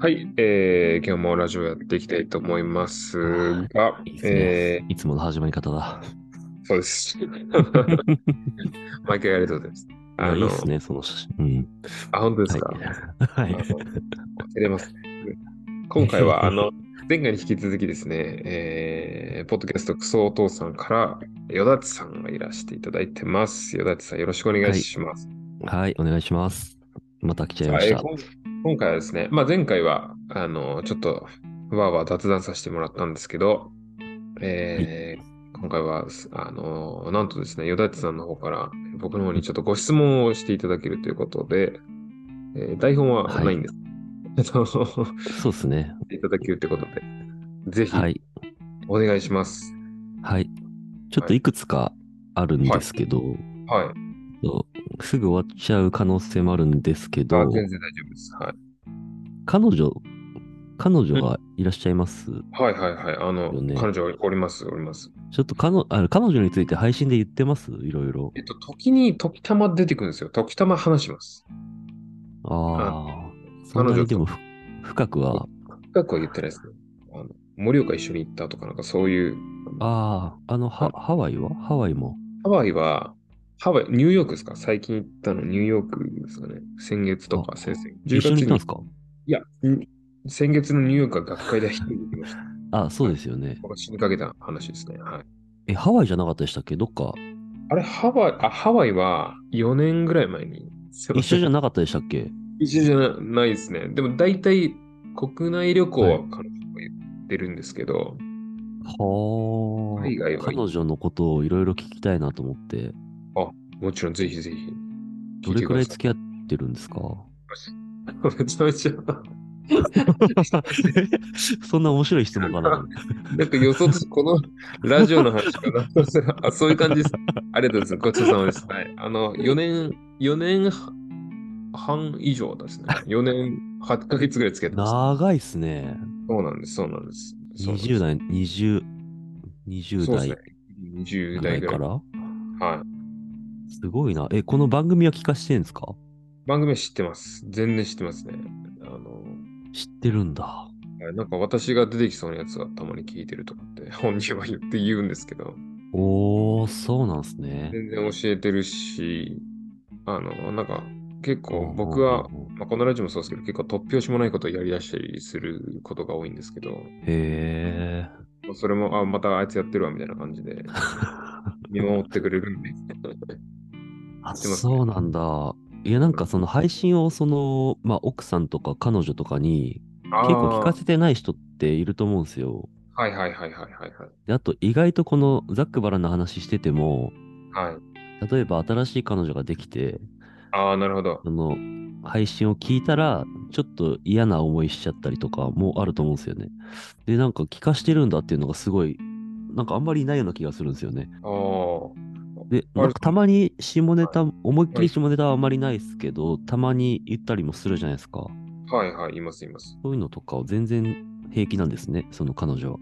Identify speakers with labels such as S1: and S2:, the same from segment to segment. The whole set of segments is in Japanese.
S1: はい、えー、今日もラジオやっていきたいと思いますが、
S2: いつも
S1: え
S2: いつもの始まり方だ。
S1: ー、そうです。 毎回ありがとうございます。
S2: い
S1: あ
S2: や
S1: の、
S2: いいっすね、その写真。うん。
S1: あ、本当ですか。
S2: は
S1: あ
S2: い。
S1: の
S2: はい。
S1: 照れますね。今回は、あの、前回に引き続きですね、えー、ポッドキャストクソお父さんから、よだちさんがいらしていただいてます。よだちさん、よろしくお願いします。
S2: はい、お願いします。また来ちゃいま
S1: はい
S2: し
S1: え
S2: た
S1: ー。こん今回はですね、まあ、前回はあのちょっとわーわー雑談させてもらったんですけど、えー今回はあのなんとですね、よだちさんの方から僕の方にちょっとご質問をしていただけるということで、えー台本はないんです。 えっと
S2: そうですね。
S1: いただけるということで、ぜひ
S2: はい。
S1: お願いします。
S2: はい。ちょっといくつかあるんですけど、
S1: はい。
S2: そうすぐ終わっちゃう可能性もあるんですけ
S1: あ
S2: ど、
S1: 全然大丈夫です。はい。
S2: 彼女、彼女はいらっしゃいます
S1: はいはいはい。あの、
S2: よね
S1: 彼女おります、おります。
S2: ちょっと彼女あの彼女について配信で言ってますいろいろ
S1: え。っと、時に時たま出てくるんですよ。時たま話します。
S2: ああ。そんなにでもふ深くは、
S1: 深くは言ってないですね。あの盛岡一緒に行ったとか、なんかそういう、
S2: ああ、あの、はハワイはハワイも。
S1: ハワイは、ハワイ、ニューヨークですか最近行ったのニューヨークですかね先月とか
S2: あ
S1: 先々月。
S2: 一緒に行ったん
S1: に
S2: ですか
S1: いや、ん先月のニューヨークは学会で一人で行きました。
S2: あ、そうですよね。
S1: 僕が死にかけた話ですね。はい。
S2: え、ハワイじゃなかったでしたっけどっか、
S1: あれ、ハワイ、あ、ハワイは4年ぐらい前に。すいま
S2: 一
S1: せ
S2: 緒
S1: ん
S2: じゃなかったでしたっけ
S1: 一緒じゃなないですね。でも大体国内旅行は彼女が言ってるんですけど、
S2: はあ。
S1: 海外は
S2: 彼女のことをいろいろ聞きたいなと思って、
S1: もちろんぜひぜひ。
S2: どれくらい付き合ってるんですか
S1: めちゃめちゃ。
S2: そんな面白い質問かな
S1: なんか予想としてこのラジオの話かな。 あそういう感じです。ありがとうございます。ごちそうさまです。はい。あの、4年、4年半以上ですね。4年8ヶ月ぐらいつけてます。
S2: 長いっすね。
S1: そうなんです、そうなんです。そうなんです
S2: 20代、20、20
S1: そうですね
S2: 代。
S1: 20
S2: ぐら
S1: 代
S2: い
S1: ぐ
S2: から
S1: い。
S2: ら
S1: はい。
S2: すごいな。え、この番組は聞かしてるんですか
S1: 番組は知ってます。全然知ってますね。あの、
S2: 知ってるんだ。
S1: はいなんか私が出てきそうなやつはたまに聞いてるとかって 本人は言って言うんですけど、
S2: おー、そうなんすね。
S1: 全然教えてるし、あの、なんか結構僕は
S2: うんうんうんうん
S1: まあ、このラジオもそうですけど、結構突拍子もないことをやりだしたりすることが多いんですけど、
S2: へえ。
S1: まあそれも、あ、またあいつやってるわみたいな感じ で見守ってくれるんで。
S2: あ、
S1: すね
S2: そうなんだ。いや、なんかその配信をその、まあ、奥さんとか彼女とかに
S1: あー
S2: 結構聞かせてない人っていると思うんですよ。
S1: はいはいはいはいはいは
S2: であと意外とこのザックバランの話してても、
S1: い。はい、
S2: 例えば新しい彼女ができて、
S1: ああ、なるほど。
S2: その配信を聞いたら、ちょっと嫌な思いしちゃったりとかもあると思うんですよね。で、なんか聞かしてるんだっていうのがすごい、なんかあんまりいないような気がするんですよね。
S1: あ
S2: で、
S1: あれ
S2: なんかたまに下ネタ、思いっきり下ネタはあまりないですけど、たまに言ったりもするじゃないですか。
S1: あ、はいはい、いますいます。
S2: そういうのとかを全然平気なんですね、その彼女は。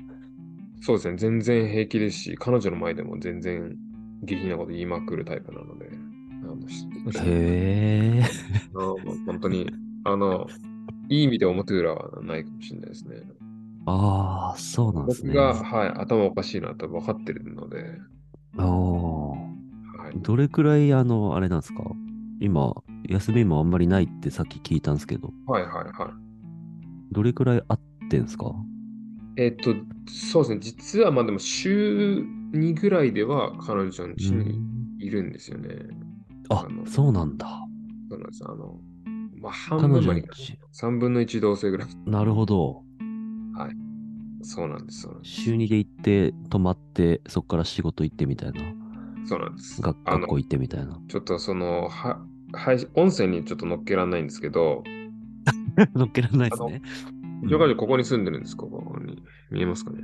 S1: そうですね、全然平気ですし、彼女の前でも全然下品なこと言いまくるタイプなので、あの、し
S2: へえ。
S1: あの本当に、あの、いい意味で表裏はないかもしれないですね。
S2: ああ、そうなんです
S1: 僕
S2: ね。
S1: が、はい、頭おかしいなと分かってるので、
S2: あー
S1: はい、
S2: どれくらい、あの、あれなんですか今、休みもあんまりないってさっき聞いたんですけど、
S1: はいはいは
S2: どれくらい会ってんすか
S1: い。えっと、そうですね、実はまあでも週2ぐらいでは彼女の家
S2: う
S1: に
S2: ん
S1: いるんですよね。
S2: あ
S1: あの、
S2: そうなんだ。
S1: そうなんです。あの、まあ半
S2: 彼
S1: 分
S2: 女
S1: ま
S2: の
S1: で
S2: 家。
S1: 3分の1同性ぐらい。
S2: なるほど。
S1: そうなんです。そうなんです。
S2: 週2で行って、泊まって、そこから仕事行ってみたいな。
S1: そうなんです
S2: 学
S1: あ
S2: 学
S1: の
S2: 校行ってみたいな。
S1: ちょっとその、は配信音声にちょっと乗っけられないんですけど、
S2: 乗っけられないですね。うん
S1: ジョカジョここに住んでるんです、ここに。見えますかね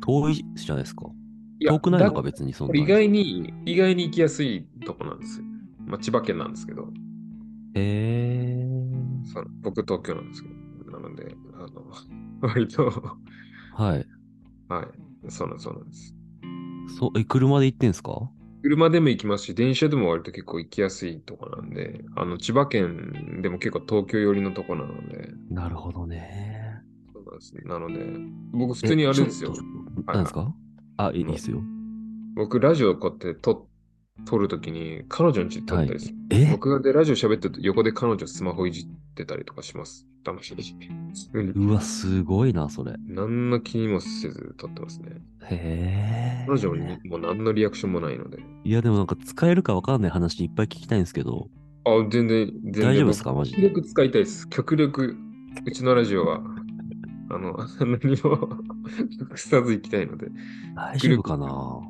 S2: 遠いじゃないですか。
S1: いや
S2: 遠くないの
S1: だ
S2: か別にそん
S1: こ
S2: な
S1: れ
S2: に。
S1: 意外に、意外に行きやすいとこなんですよ。まあ、千葉県なんですけど、
S2: へえ。
S1: その僕東京なんですけど、なので、あの、 割と、
S2: はい。
S1: はい、そうなんです、そうなんです。
S2: そうえ車で行ってんすか
S1: 車でも行きますし、電車でも割と結構行きやすいとこなんで、あの、千葉県でも結構東京寄りのとこなので、
S2: なるほどね。
S1: そうなんですねなので、僕普通にあれですよ
S2: え。ちょっとなんですかあ、いいですよ。
S1: 僕ラジオこうやって撮撮るときに彼女の家で撮ったりする。
S2: え
S1: 僕がでラジオ喋ってると横で彼女スマホいじってたりとかします。楽しいし。うん
S2: うわ、すごいな、それ。
S1: 何の気にもせず撮ってますね。
S2: へえ。
S1: 彼女にもう何のリアクションもないので。
S2: いや、でもなんか使えるかわかんない話いっぱい聞きたいんですけど、
S1: あ、全然、全然。
S2: 大丈夫ですかマジ
S1: 極
S2: で。
S1: 力使いたいです。極力、うちのラジオ は、あの、何も隠さず行きたいので、
S2: 大丈夫かな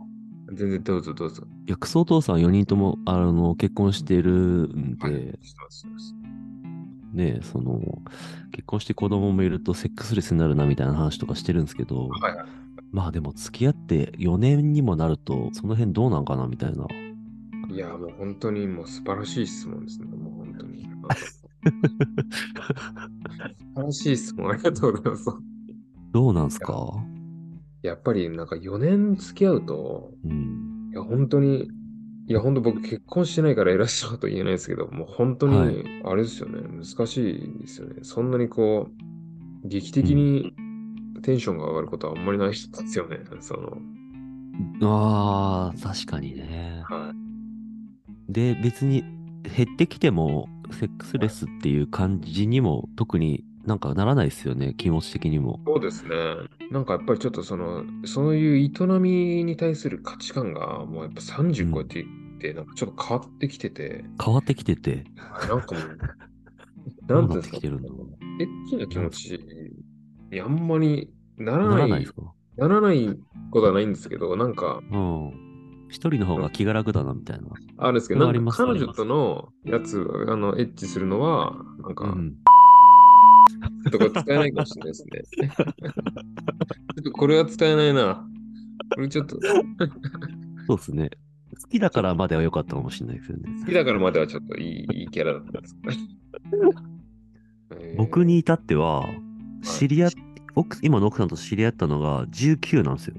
S1: 全然どうぞどうぞ。
S2: いや、クソお父さん4人とも、あの、結婚してるんで、
S1: はい、してますしてます
S2: ね、その、結婚して子供もいるとセックスレスになるなみたいな話とかしてるんですけど、
S1: はいはい
S2: まあでも付き合って4年にもなると、その辺どうなんかなみたいな。
S1: いや、もう本当にもう素晴らしい質問ですね。もう本当 に。あの素晴らしい質問ありがとうございます。
S2: どうなんすか
S1: やっぱりなんか4年付き合うと、
S2: うん。
S1: いや、本当に、いや、本当僕結婚してないから偉そうなこと言えないですけど、もう本当
S2: は
S1: に、あれですよね、難しいですよね。そんなにこう、劇的にテンションが上がることはあんまりないですよね。その、
S2: ああ、確かにね。
S1: は
S2: で、別に減ってきても、セックスレスっていう感じにも特になんかならないですよね、気持ち的にも。
S1: そうですね。なんかやっぱりちょっとその、そういう営みに対する価値観が、もうやっぱ30超えていって、なんかちょっと変わってきてて、
S2: 変わってきてて、
S1: なんかもう、
S2: ど
S1: な
S2: う
S1: ていうん
S2: んなっ
S1: で
S2: て
S1: すか
S2: きてるんだ
S1: エッチな気持ちにあんまりなら
S2: な
S1: な
S2: ら
S1: い
S2: ないですか
S1: ならないことはないんですけど、なんか、
S2: うん。一人の方が気が楽だな、みたいな。
S1: あるんですけ
S2: それ
S1: ど、
S2: は
S1: な
S2: あり
S1: ん
S2: ま
S1: か
S2: す
S1: 彼女とのやつ、あの、エッチするのは、なんか、
S2: うん。
S1: ちょっとこれ使えないかもしれないですね。 ちょっとこれは使えないな。これちょっと、好
S2: そうですね。好きだからまでは良かったかもしれないですよね。
S1: きだからまではちょっといいいいキャラだったんですけどえー
S2: 僕に、至っては、知り合っ、奥今の奥さんと知り合ったのが19なんですよ。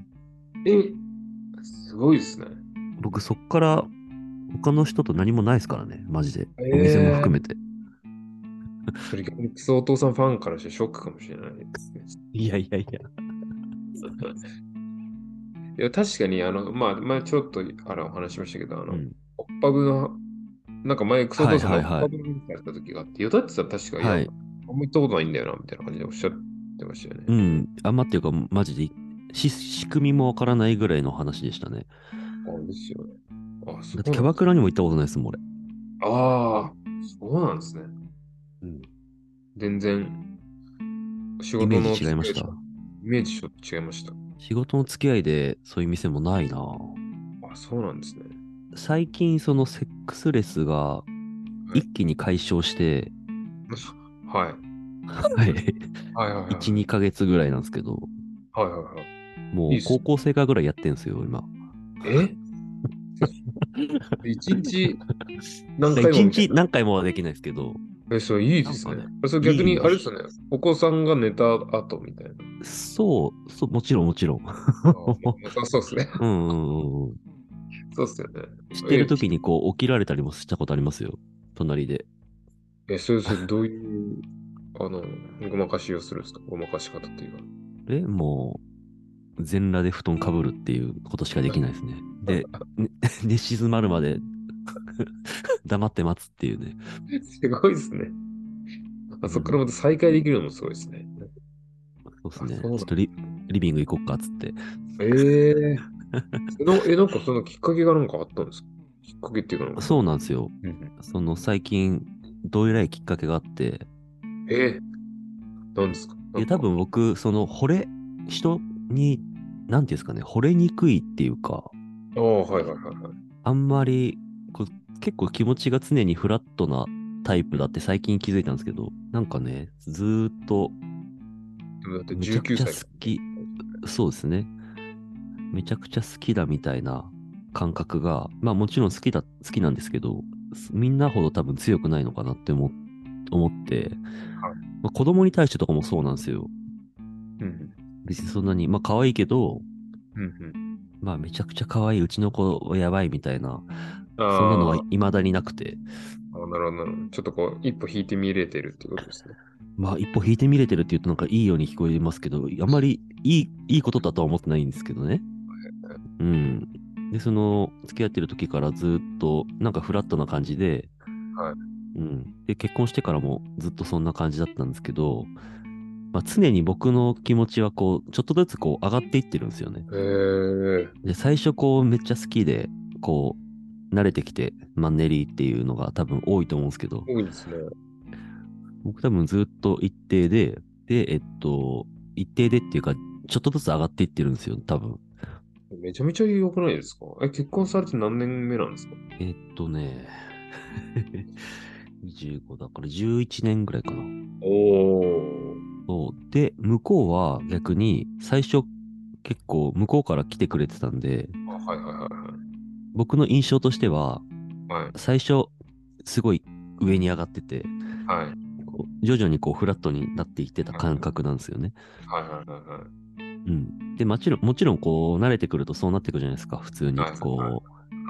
S1: え、すごいですね。
S2: 僕そっから他の人と何もないですからね、マジで。
S1: えー
S2: お店も含めて。
S1: それ逆にクソお父さんファンからしてショックかもしれないですね。
S2: いやいやいや。
S1: いや確かに、あの、まあ、前ちょっとあれお話ししましたけど、あの、
S2: うん
S1: オッパブの、なんか前、クソ父さんがオ
S2: はいはいは
S1: ッパ
S2: い
S1: ブの話やった時があって、ヨダッチさん確か、いや
S2: はい
S1: あんま行ったことないんだよな、みたいな感じでおっしゃってましたよね。
S2: うん。あんまっていうか、マジで、し仕組みもわからないぐらいの話でしたね。
S1: あですよね。あ、そう
S2: だ
S1: な
S2: っ
S1: ん
S2: て
S1: だ
S2: キャバクラにも行ったことないですもん、俺。
S1: ああ、そうなんですね。
S2: うん
S1: 全然、仕
S2: イ
S1: 事の
S2: メージ違いました。
S1: イメージちょっと違いました。
S2: 仕事の付き合いでそういう店もないな
S1: あ、そうなんですね。
S2: 最近そのセックスレスが
S1: い
S2: 一気に解消して、
S1: はい。
S2: はい、
S1: はいはいはい。
S2: 1、2ヶ月ぐらいなんですけど、
S1: はいはいはい。
S2: もう
S1: い
S2: い
S1: っす
S2: 高校生かぐらいやってんすよ、今。
S1: え 一日何回も
S2: 1
S1: みたい
S2: 日
S1: な
S2: 何回もはできないですけど、
S1: え、それいいですね
S2: なんか。
S1: それ逆
S2: いい
S1: に、
S2: ね
S1: あれですよね。お子さんが寝た後み たいな。
S2: そう、そうもちろんもちろ ん。
S1: あまたそうですね。
S2: うんうんうんうん。
S1: そうですよね。
S2: してる時にこう起きられたりもしたことありますよ、隣で。
S1: え、それ、それ、どういう、 あの、ごまかしをするんですかごまかし方っていうか。
S2: え、もう、全裸で布団かぶるっていうことしかできないですね。で、ね寝静まるまで 黙って待つっていうね。
S1: すごいですね。あそこからまた再開できるのもすごいですね。
S2: そうですね。
S1: あ
S2: ち
S1: そうな
S2: ょ
S1: ん
S2: っ
S1: だ
S2: とリリビング行こっかっつって。
S1: ええそのえ、なんかそのきっかけがなんかあったんですかきっかけっていうかなんか。
S2: そうなんですよ。
S1: うん
S2: その最近、どうえらいきっかけがあって、
S1: えー、なんですかなん
S2: で
S1: か
S2: 多分僕、その、惚れ、人に、なんていうんですかね、惚れにくいっていうか、
S1: ああ、はいはいはいはい。
S2: あんまりこう、結構気持ちが常にフラットなタイプだって最近気づいたんですけど、なんかね、ずーっと
S1: でもだって
S2: めちゃく
S1: 19
S2: ちゃ
S1: 歳
S2: 好き、そうですね。めちゃくちゃ好きだみたいな感覚が、まあもちろん好きだ、好きなんですけど、すみんなほど多分強くないのかなって思思って、まあ、子供に対してとかもそうなんですよ。
S1: うん
S2: 別にそんなに、まあ可愛いけど、
S1: うんうん
S2: まあめちゃくちゃ可愛いうちの子はやばいみたいな、
S1: あ
S2: そんなの
S1: あ
S2: は
S1: ー
S2: 未だになくて、
S1: あなるほどなるほど。ちょっとこう、一歩引いて見れてるってことですね。
S2: まあ一歩引いてみれてるって言うとなんかいいように聞こえますけど、あんまりいいいいことだとは思ってないんですけどね。うん。で、その付き合ってる時からずっとなんかフラットな感じで、
S1: はい
S2: うん。で、結婚してからもずっとそんな感じだったんですけど、まあ常に僕の気持ちはこう、ちょっとずつこう上がっていってるんですよね。
S1: へえ
S2: で最初こうめっちゃ好きでこう慣れてきてマンネリっていうのが多分多いと思うんですけど
S1: 多いですね。
S2: 僕多分ずっと一定ででえっと一定でっていうかちょっとずつ上がっていってるんですよ多分
S1: めちゃめちゃ良くないですかえ、結婚されて何年目なんですか
S2: えっとね 25だから11年ぐらいかな
S1: おー。
S2: そうで向こうは逆に最初結構向こうから来てくれてたんで
S1: あはいはいは
S2: 僕の印象としてはい
S1: はい。はい。
S2: 最初すごい上に上がってて
S1: はい。はい
S2: こう徐々にこうフラットになっていってた感覚なんですよね。
S1: はいはいはい。
S2: うん、でもちろんもちろんこう慣れてくるとそうなってくるじゃないですか普通に
S1: はいはい
S2: こう
S1: はい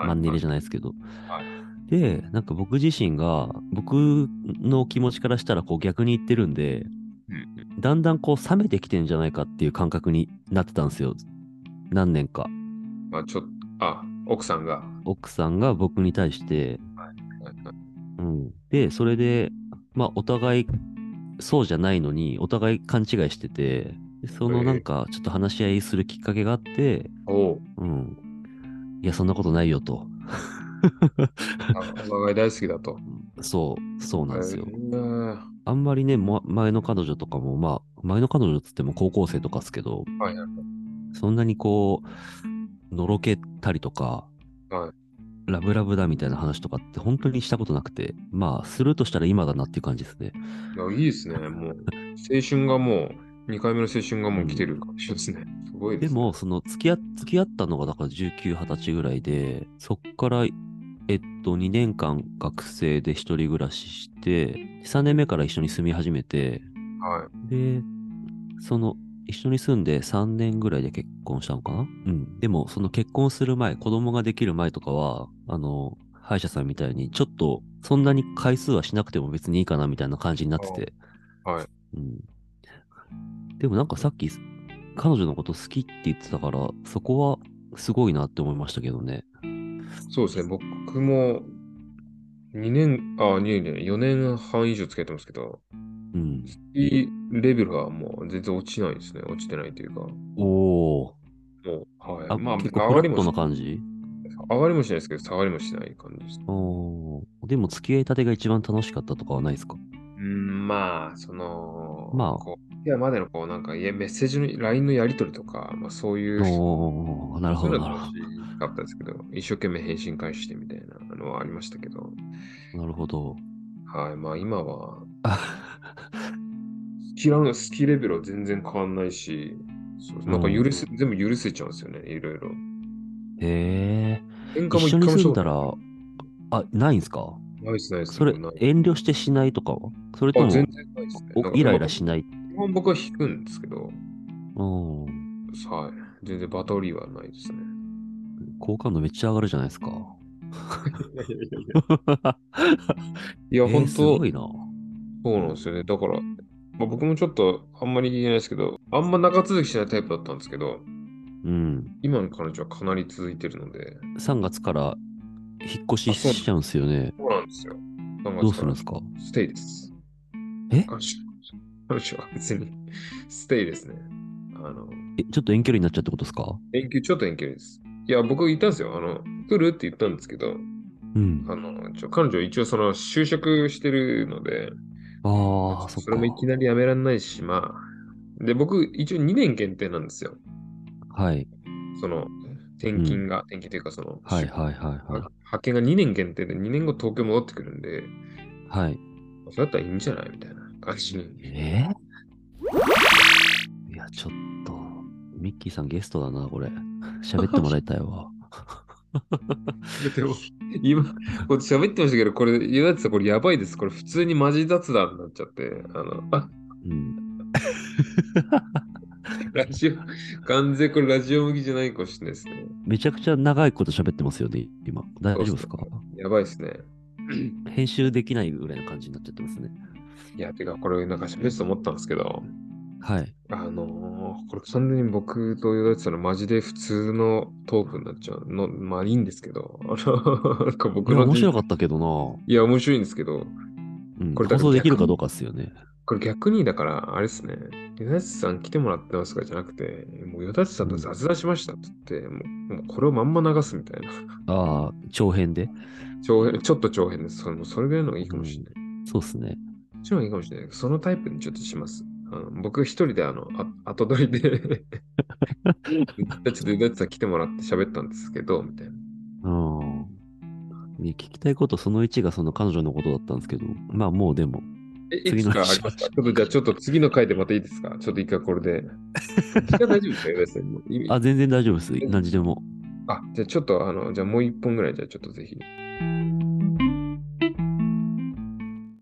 S2: マンネリじゃないですけど。
S1: はい
S2: でなんか僕自身が僕の気持ちからしたらこう逆に言ってるんでだんだんこう冷めてきてんじゃないかっていう感覚になってたんですよ何年か。
S1: まあちょっと、あ、奥さんが。は
S2: 奥さんが僕に対して、
S1: いはい
S2: うん、でそれでまあお互いそうじゃないのにお互い勘違いしててでそ
S1: え
S2: の
S1: え
S2: なんかちょっと話し合いするきっかけがあって、
S1: おう
S2: うんいやそんなことないよと
S1: あお互い大好きだと。
S2: そうそうなんですよ
S1: へー
S2: あんまりねも前の彼女とかもまあ前の彼女っつっても高校生とかっすけど
S1: はいはい
S2: そんなにこうのろけたりとか、
S1: は
S2: ラブラブだみたいな話とかって本当にしたことなくてまあするとしたら今だなっていう感じですね
S1: いや、いいですね。もう、青春がもう、2回目の青春がもう来てる感じですね。すごいで、
S2: です
S1: ね。
S2: も、、その付き合、付き合ったのがだから19、20歳ぐらいで、そっから、えっと、2年間学生で一人暮らしして、3年目から一緒に住み始めて、
S1: はい。
S2: で、その、一緒に住んで3年ぐらいで結婚したのかなうん。でも、その結婚する前、子供ができる前とかは、あの、歯医者さんみたいに、ちょっと、そんなに回数はしなくても別にいいかなみたいな感じになってて。
S1: はい。
S2: うん。でもなんかさっき、彼女のこと好きって言ってたから、そこはすごいなって思いましたけどね。
S1: そうですね。僕も、2年、あ、2年、4年半以上つけてますけど、
S2: うん。
S1: いいレベルはもう全然落ちないですね。落ちてないというか。も
S2: おー。
S1: う、はい。
S2: あ、
S1: まあ、
S2: 結
S1: 別に
S2: 構
S1: 上が
S2: フラ
S1: り
S2: ッ
S1: も
S2: ト
S1: し
S2: な感じ
S1: 上がりもしないですけど、下がりもしない感じです。
S2: おー。でも付き合いたてが一番楽しかったとかはないですか
S1: うん、まあ、その、
S2: まあ
S1: こう、いや、までの、こう、なんか、いや、メッセージの、LINE のやり取りとか、まあ、そういう、
S2: おー、なる
S1: そ
S2: ほ
S1: うい
S2: ど、
S1: うの
S2: な
S1: は
S2: るほ
S1: 楽しかったですけど、一生懸命返信返してみたいなのはありましたけど、
S2: ど。なるほど。
S1: はい、まあ今は、
S2: あ
S1: 好きな好きレベルは全然変わんないし、そうなんか許せ、全部許せちゃうんですよね、いろいろ。
S2: へえ。
S1: 喧嘩も
S2: 一
S1: 一回
S2: 緒に
S1: もし
S2: 住
S1: たこ
S2: んだ
S1: と
S2: ら、あ、ないんすか
S1: ないです、ないです。
S2: それ
S1: ない、
S2: 遠慮してしないとかはそれと
S1: あ
S2: も
S1: 全、然ないですね。
S2: お
S1: なんか
S2: イライラしない。
S1: 基本僕は引くんですけど、
S2: う
S1: は
S2: ん。
S1: い、全然バトルはないですね。
S2: 好感度めっちゃ上がるじゃないですか。
S1: いや、
S2: えー
S1: 本
S2: す
S1: 当、
S2: ごいな。
S1: そうなんですよね。だから、まあ、僕もちょっとあんまり言えないですけど、あんま長続きしないタイプだったんですけど、
S2: うん。
S1: 今の彼女はかなり続いてるので、
S2: 3月から引っ越し
S1: あそう
S2: しちゃうんですよね。
S1: そうなんですよ。3月
S2: どうする
S1: から
S2: んですか
S1: ステイです。彼
S2: え
S1: 女彼女は別にステイですね。あの、
S2: え、ちょっと遠距離になっちゃうってことですか
S1: 遠距離、ちょっと遠距離です。いや、僕言ったんですよ。あの、来るって言ったんですけど、
S2: うん。
S1: あの、ちょ彼女一応その就職してるので、
S2: ああ、そっ
S1: れもい
S2: か。
S1: きなりやめられないし、まあ、で、僕一応2年限定なんですよ。
S2: はい。
S1: その、転勤が、転勤というかその、
S2: はいはいはいはい
S1: は。派遣が2年限定で2年後東京戻ってくるんで、
S2: はい。
S1: それだったらいいんじゃないみたいな感じに。
S2: えーいや、ちょっと、ミッキーさんゲストだな、これ。喋ってもらいたいわ。
S1: でも、 今、こうやって喋ってましたけど、これ、ユダチさん、これやばいです。これ、普 通にマジ雑談になっちゃって、あの、あ
S2: うん。
S1: ラジオ、完全これラジオ向きじゃないかもしれないですね。
S2: めちゃくちゃ長いこと喋ってますよね、今。大丈夫ですか
S1: そうやばいですね。
S2: 編集できないぐらいの感じになっちゃってますね。
S1: いや、てか、これなんか喋って思ったんですけど、
S2: はい。
S1: あのーこれ完全に僕とヨダチさんのマジで普通のトークになっちゃうの、まあいいんですけど、あのなんか
S2: い
S1: 僕
S2: や、
S1: の
S2: 面
S1: 人
S2: 白かったけどな、
S1: いや、面白いんですけど、
S2: うん、
S1: これだから
S2: 放送できるかどうかっすよね。
S1: これ逆にだから、あれですね、ヨダチさん来てもらってますかじゃなくて、もうヨダチさんと雑談しましたって言って、もうもうこれをまんま流すみたいな。
S2: ああ、長編で。
S1: 長編ちょっと長編です。それもそれぐらいのがいいかもしれない。
S2: そうっすね。
S1: もちろんいいかもしれないけど。そのタイプにちょっとします。あの僕一人であのあ 後取りでちょっとゆだっちさん来てもらって喋ったんですけどみたいな。
S2: うん。ね聞きたいことその1がその彼女のことだったんですけど、まあもうでも、
S1: え、い
S2: 次
S1: つ
S2: の
S1: かありま
S2: 話
S1: すかちょっとじゃあちょっと次の回でまたいいですかちょっと一回これ で。時間大丈夫ですかゆだっちさん。もうい
S2: あ、全然大丈夫です。何時でも。
S1: あ、じゃあちょっとあの、じゃあもう一本ぐらいじゃあちょっとぜひ。